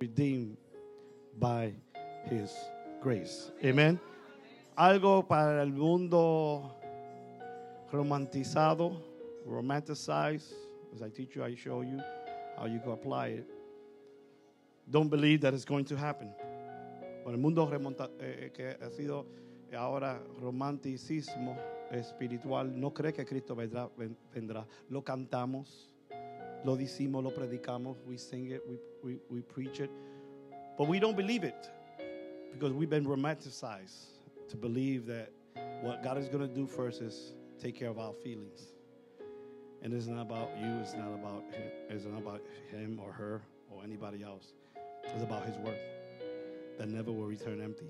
redeemed by His grace. Amen. Algo para el mundo romantizado, romanticized. As I teach you, I show you how you can apply it. Don't believe that it's going to happen. Por el mundo remonta- eh, eh, que ha sido ahora romanticismo espiritual, no cree que Cristo vendrá, ven- vendrá. Lo cantamos, lo decimos, lo predicamos, we sing it, we, we, we preach it. But we don't believe it because we've been romanticized to believe that what God is going to do first is take care of our feelings. And it's not about you, it's not about him, it's not about him or her or anybody else. It's about his work that never will return empty.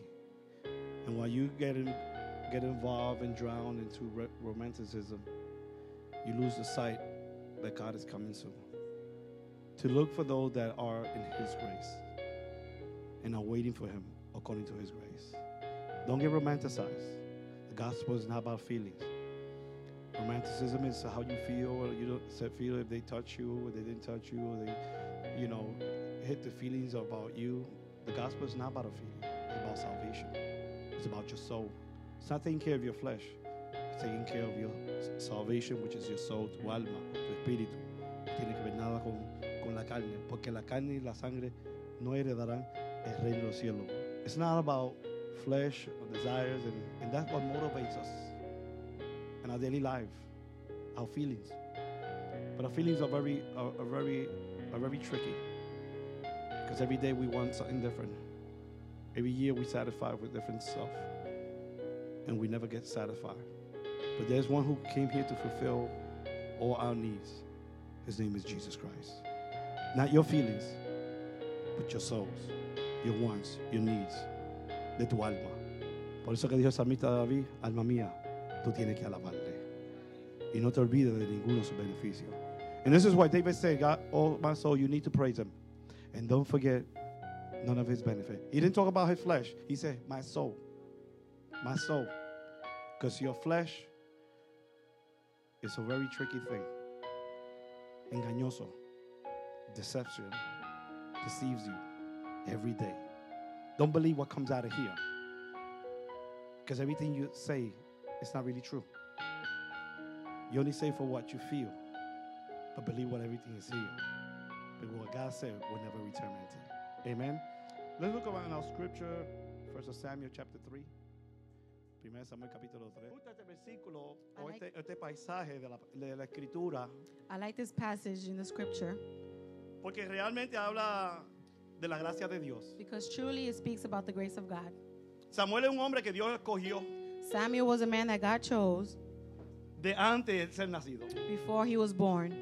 And while you get, in, get involved and drown into ro- romanticism, you lose the sight that God is coming soon. To look for those that are in his grace and are waiting for him according to his grace. Don't get romanticized. The gospel is not about feelings. Romanticism is how you feel, or you don't so feel if they touch you, or they didn't touch you, or they, you know, hit the feelings about you. The gospel is not about a feeling, it's about salvation. It's about your soul. It's not taking care of your flesh, it's taking care of your s- salvation, which is your soul, tu alma, tu espíritu. No tiene que ver nada con, con la carne, porque la carne y la sangre no heredarán el reino de los cielos. It's not about flesh or desires, and, and that's what motivates us in our daily life, our feelings. But our feelings are very, are, are very, are very tricky because every day we want something different. Every year we satisfy with different stuff, and we never get satisfied. But there's one who came here to fulfill all our needs. His name is Jesus Christ. Not your feelings, but your souls, your wants, your needs, de tu alma. Por eso que dijo el salmista David, alma mía, tú tienes que alabarle. Y no te olvides de ninguno de sus beneficios. And this is why David said, God, oh my soul, you need to praise him. And don't forget none of his benefit. He didn't talk about his flesh. He said, my soul. My soul. Because your flesh is a very tricky thing. Engañoso. Deception. Deceives you every day. Don't believe what comes out of here. Because everything you say is not really true. You only say for what you feel, but believe what everything is here. But what God said will never return empty. Amen. Let's look around our scripture, 1 Samuel chapter 3. 1 Samuel capítulo 3. Me gusta este versículo o I like- este, este paisaje de la, de la escritura I like this passage in the scripture porque realmente habla de la gracia de Dios. because truly it speaks about the grace of God. Samuel es un hombre que Dios escogió Samuel was a man that God chose de antes de ser nacido. before he was born.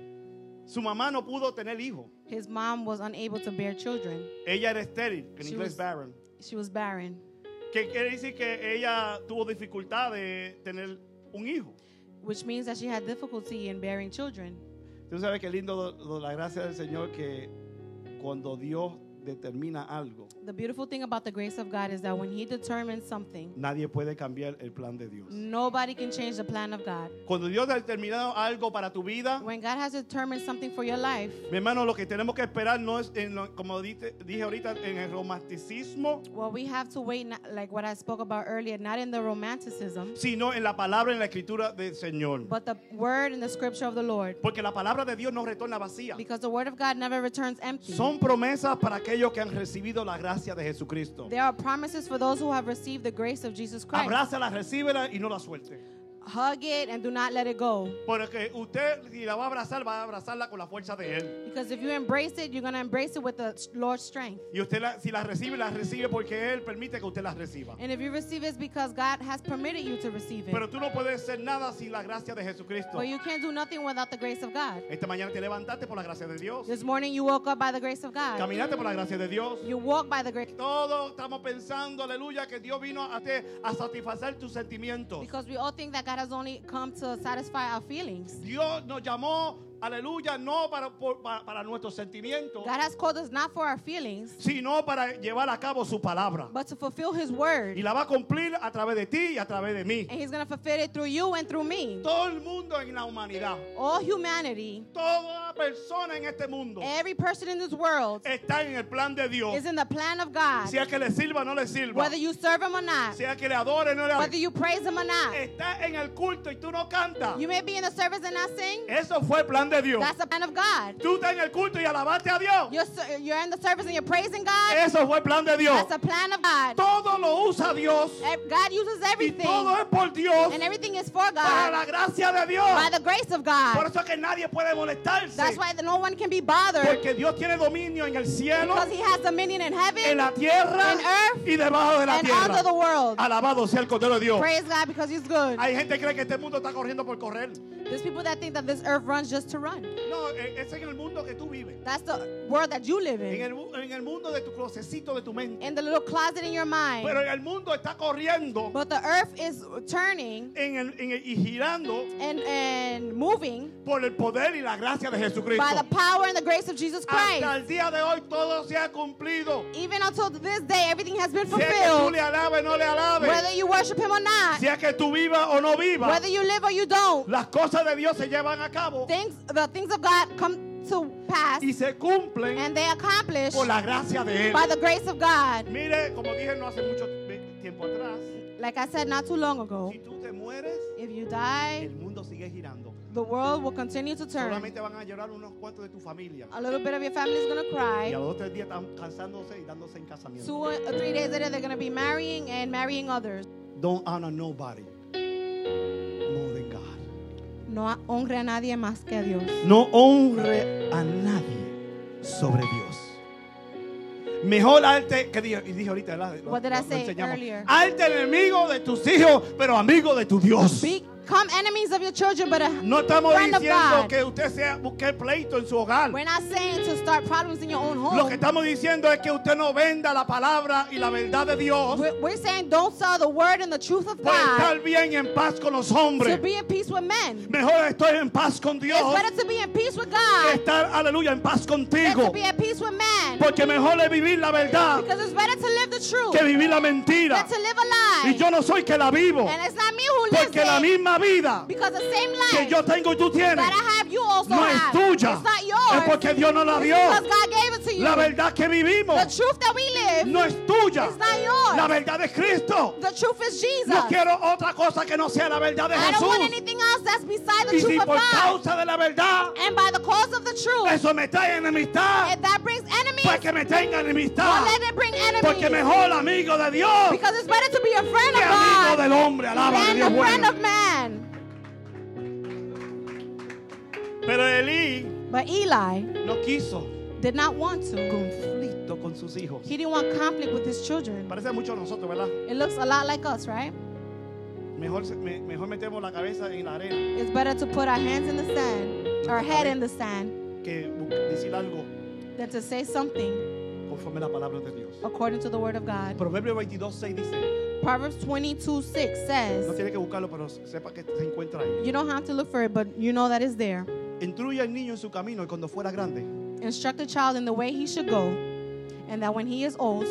Su mamá no pudo tener hijo. His mom was unable to bear children, Ella era estéril, que en She inglés was- barren. she was barren. Que quiere decir que ella tuvo dificultad de tener un hijo. which means that she had difficulty in bearing children. Tú sabes qué lindo lo- lo- la gracia del Señor que cuando Dios determina algo, The beautiful thing about the grace of God is that when He determines something, nadie puede cambiar el plan de Dios. nobody can change the plan of God. Cuando Dios ha determinado algo para tu vida, When God has determined something for your life, mi hermano, lo que tenemos que esperar no es, en lo- como dite- dije ahorita, en el romanticismo, well, we have to wait, not, like what I spoke about earlier, not in the romanticism, sino en la palabra, en la escritura del Señor. but the word and the scripture of the Lord. Porque la palabra de Dios no retorna vacía. Because the word of God never returns empty. Son promesas para aquellos que han recibido la gracia de Jesucristo. There are promises for those who have received the grace of Jesus Christ. Abrázala, recíbela y no la suelte. Hug it and do not let it go. Porque usted, si la va a abrazar, va a abrazarla con la fuerza de Él. Because if you embrace it, you're going to embrace it with the Lord's strength. Y usted, la- si la recibe, la recibe porque Él permite que usted la reciba. And if you receive it, it's because God has permitted you to receive it. Pero tú no puedes hacer nada sin la gracia de Jesucristo. But you can't do nothing without the grace of God. Esta mañana te levantaste por la gracia de Dios. This morning you woke up by the grace of God. Caminaste por la gracia de Dios. You walk by the grace Todos estamos pensando, aleluya, que Dios vino a, te- a satisfacer tus sentimientos. because we all think that God has only come to satisfy our feelings. Dios nos llamó Aleluya, no para, por- para, para nuestros sentimientos, God has called us not for our feelings, sino para llevar a cabo su palabra. but to fulfill His Y word. la va a cumplir a través de ti y a través de mí. And He's going to fulfill it through you and through me. Todo el mundo en la humanidad, All humanity, toda persona en este mundo every person in this world, está en el plan de Dios. is in the plan of God. Sea que le sirva o no le sirva. Whether you serve Him or not, Sea que le adore o no le whether adore. you praise Him or not, Está en el culto y tú no cantas. you may be in the service and not sing. Eso fue el plan de Dios. That's the plan of God. Tú estás en el culto y alabaste a Dios. You're, ser- you're in the service and you're praising God. Eso fue el plan de Dios. That's the plan of God. Todo lo usa Dios. Ev- God uses Y todo everything, es por Dios. and everything is for Para God la gracia de Dios. by the grace Por of God. eso es que nadie puede molestarse. That's why that no one can be bothered Porque Dios tiene dominio en el cielo, because He has dominion in en heaven la tierra in earth, y debajo de la and tierra. under the world. Alabado sea el Cordero de Dios. Praise God because He's good. Hay gente que cree que este mundo está corriendo por correr. There's people that think that this earth runs just to run. No, eh, es en el mundo que tú vives. That's the world that you live En in, el, mu- en el mundo de tu closecito, de tu mente. in the little closet in your Pero mind. en el mundo está corriendo But the earth is turning en el- en el- y girando and, and moving por el poder y la gracia de Jesucristo. by the power and the grace of Jesus Hasta Christ. el día de hoy todo se ha cumplido. Even until this day, everything has been Si es que tú fulfilled. le alabes, no le Whether alabes. you worship Him or not, Si es que tú vivas o no vivas, whether you live or you don't, las cosas de Dios se llevan a cabo things, the things of God come to pass y se cumplen and they accomplish por la gracia de Él. by the grace of God. Mire, como dije no hace mucho tiempo atrás, Like I said not too long ago, si tú te mueres, if you die, el mundo sigue girando. the world will continue to turn. Solamente van a llorar unos cuantos de tu familia. A little bit of your family is going Y a to cry. los dos tres días están cansándose y dándose en Two casamiento. or three days later, they're going to be marrying and marrying others. Don't honor nobody more than God. No honre a nadie más que a Dios. No honre a nadie sobre Dios. Mejor arte que dijo, y dije ahorita, ¿verdad? Lo- What did I lo- lo say enseñamos. earlier? Arte enemigo de tus hijos, pero amigo de tu Dios. Become enemies of your children, but uh, a No estamos friend of diciendo God. que usted sea busque pleito en su hogar. We're not saying to start problems in your own Lo que home. estamos diciendo es que usted no venda la palabra y la verdad de Dios We're, we're saying don't sell the word and the truth of para God estar bien y en paz con los to hombres. be in peace with men. Mejor estoy en paz con Dios It's better to be in peace with que God estar, aleluya, en paz than to contigo. be at peace with man. Porque mejor es vivir la verdad Because it's better to live the que truth vivir la mentira. than to live Y a yo lie. no soy que la vivo. And it's not me who lives Porque la it. misma vida Because the same que life yo tengo y tú tienes that I have, you also no es have. tuya. It's not Es yours. porque Dios no la dio. Because God gave it to you. La verdad que The vivimos truth that we no live, es tuya. It's not yours. La verdad es Cristo. the truth is Jesus. No quiero otra cosa que no sea la verdad de I don't want Jesús. anything else that's beside the Y si truth of por God. causa de la verdad And by the cause of the truth, eso me trae enemistad, if that brings enemies, pues que me tenga enemistad. don't let it bring Porque enemies. mejor amigo de Dios Because it's better to be a friend que of amigo God del hombre. Alaba que than Dios a friend bueno. of man. Pero Elí But Eli no quiso did not want to. conflicto con sus hijos. He didn't want conflict with his children. Parece mucho a nosotros, ¿verdad? It looks a lot like us, right? Mejor, se- me- mejor metemos la cabeza en la arena It's better to put our hands in the sand, our head in the sand, que bu- decir algo than to say something conforme a la palabra de Dios. according to the word of God. Proverbio 22, 6 dice, Proverbs 22 6 no says, tiene que buscarlo, pero sepa que se encuentra ahí. You don't have to look for it, but you know that it's there. Instruye al niño en su camino y cuando fuera grande, Instruct the child in the way he should go, and that when he is old,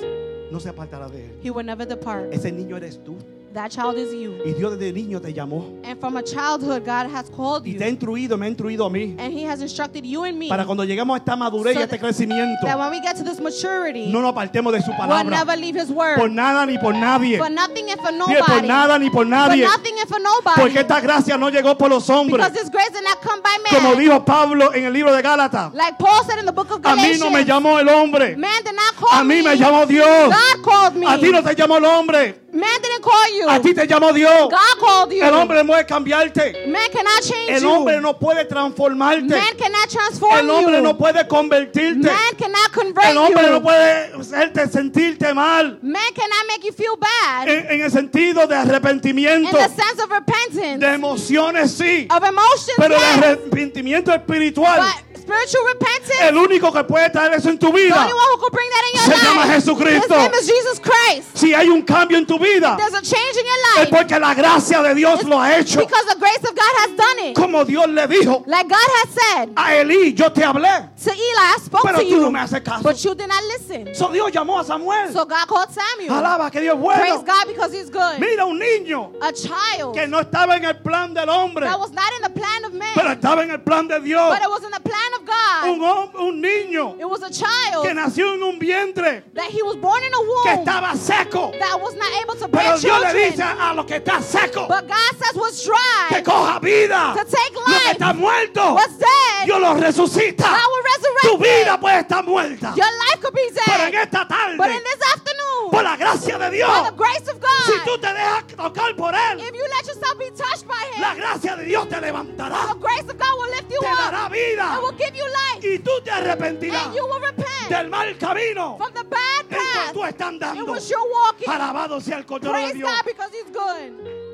no se apartará de él. he will never depart. Ese niño eres tú. That child is you. Y Dios desde niño te llamó. And from a childhood, God has called Y te ha you, instruido, me ha instruido a mí. and He has instructed you and me Para that cuando lleguemos a esta madurez y a este crecimiento, when we get to this maturity, no nos apartemos de su we'll palabra. never leave His Por word. nada ni por nadie. For nothing and for Dije, Por nobody. nada ni por For nadie. nothing and for Porque nobody. esta gracia no llegó por los hombres. Because this grace did not come by Como man. dijo Pablo en el libro de Gálatas, Like Paul said in the book of a mí Galatians, no me llamó el hombre, man did not call a mí me llamó Dios. God called me. A ti no te llamó el hombre, Man didn't call you. a ti te llamó Dios. God called you. El hombre no puede cambiarte, Man cannot change el you. hombre no puede transformarte, Man cannot transform el hombre you. no puede convertirte, Man cannot convert el hombre you. no puede hacerte sentirte mal Man cannot make you feel bad en, en el sentido de in arrepentimiento, the sense of repentance, de emociones sí, of emotions, pero de yes, arrepentimiento espiritual, but spiritual repentance. el único que puede traer eso en tu the vida. only one who could bring that in your Se life. llama Jesucristo. His name is Jesus Christ. Si hay un cambio en tu vida, There's a change es in your life porque la gracia de Dios lo ha hecho. because the grace of God has done it. Como Dios le dijo Like God has said a Elí, yo te hablé. to Eli, I spoke Pero to tú you, no me haces caso. but you did not listen. So Dios llamó a Samuel. pues So God called Samuel. Alaba que Dios es Praise bueno. God because he's good. Mira un niño A child que no estaba en el plan del hombre, that was not in the plan of man, pero estaba en el plan de Dios. but it was in the plan of Un God. hom- un niño It was a que child nació en un vientre that he was born in a que womb estaba seco. that was not able to bear Pero Dios le dice children. a lo que está seco But God says what's que dry, coja vida. to take Lo que life. está muerto, what's dead, Dios lo resucita. God will Tu resurrect it. vida puede estar muerta. Your life could be Pero en dead. esta But in tarde, this afternoon, por la gracia de Dios, by the grace of si tú God, te dejas tocar por Él, if you let yourself be touched by la Him, gracia de Dios te levantará, the grace of God will lift you te up. dará vida It will give you life. y tú te arrepentirás And you will repent del mal camino from the bad en que path. tú estás It andando. was your walking. Alabado sea el Cordero de Praise Dios. God because He's good.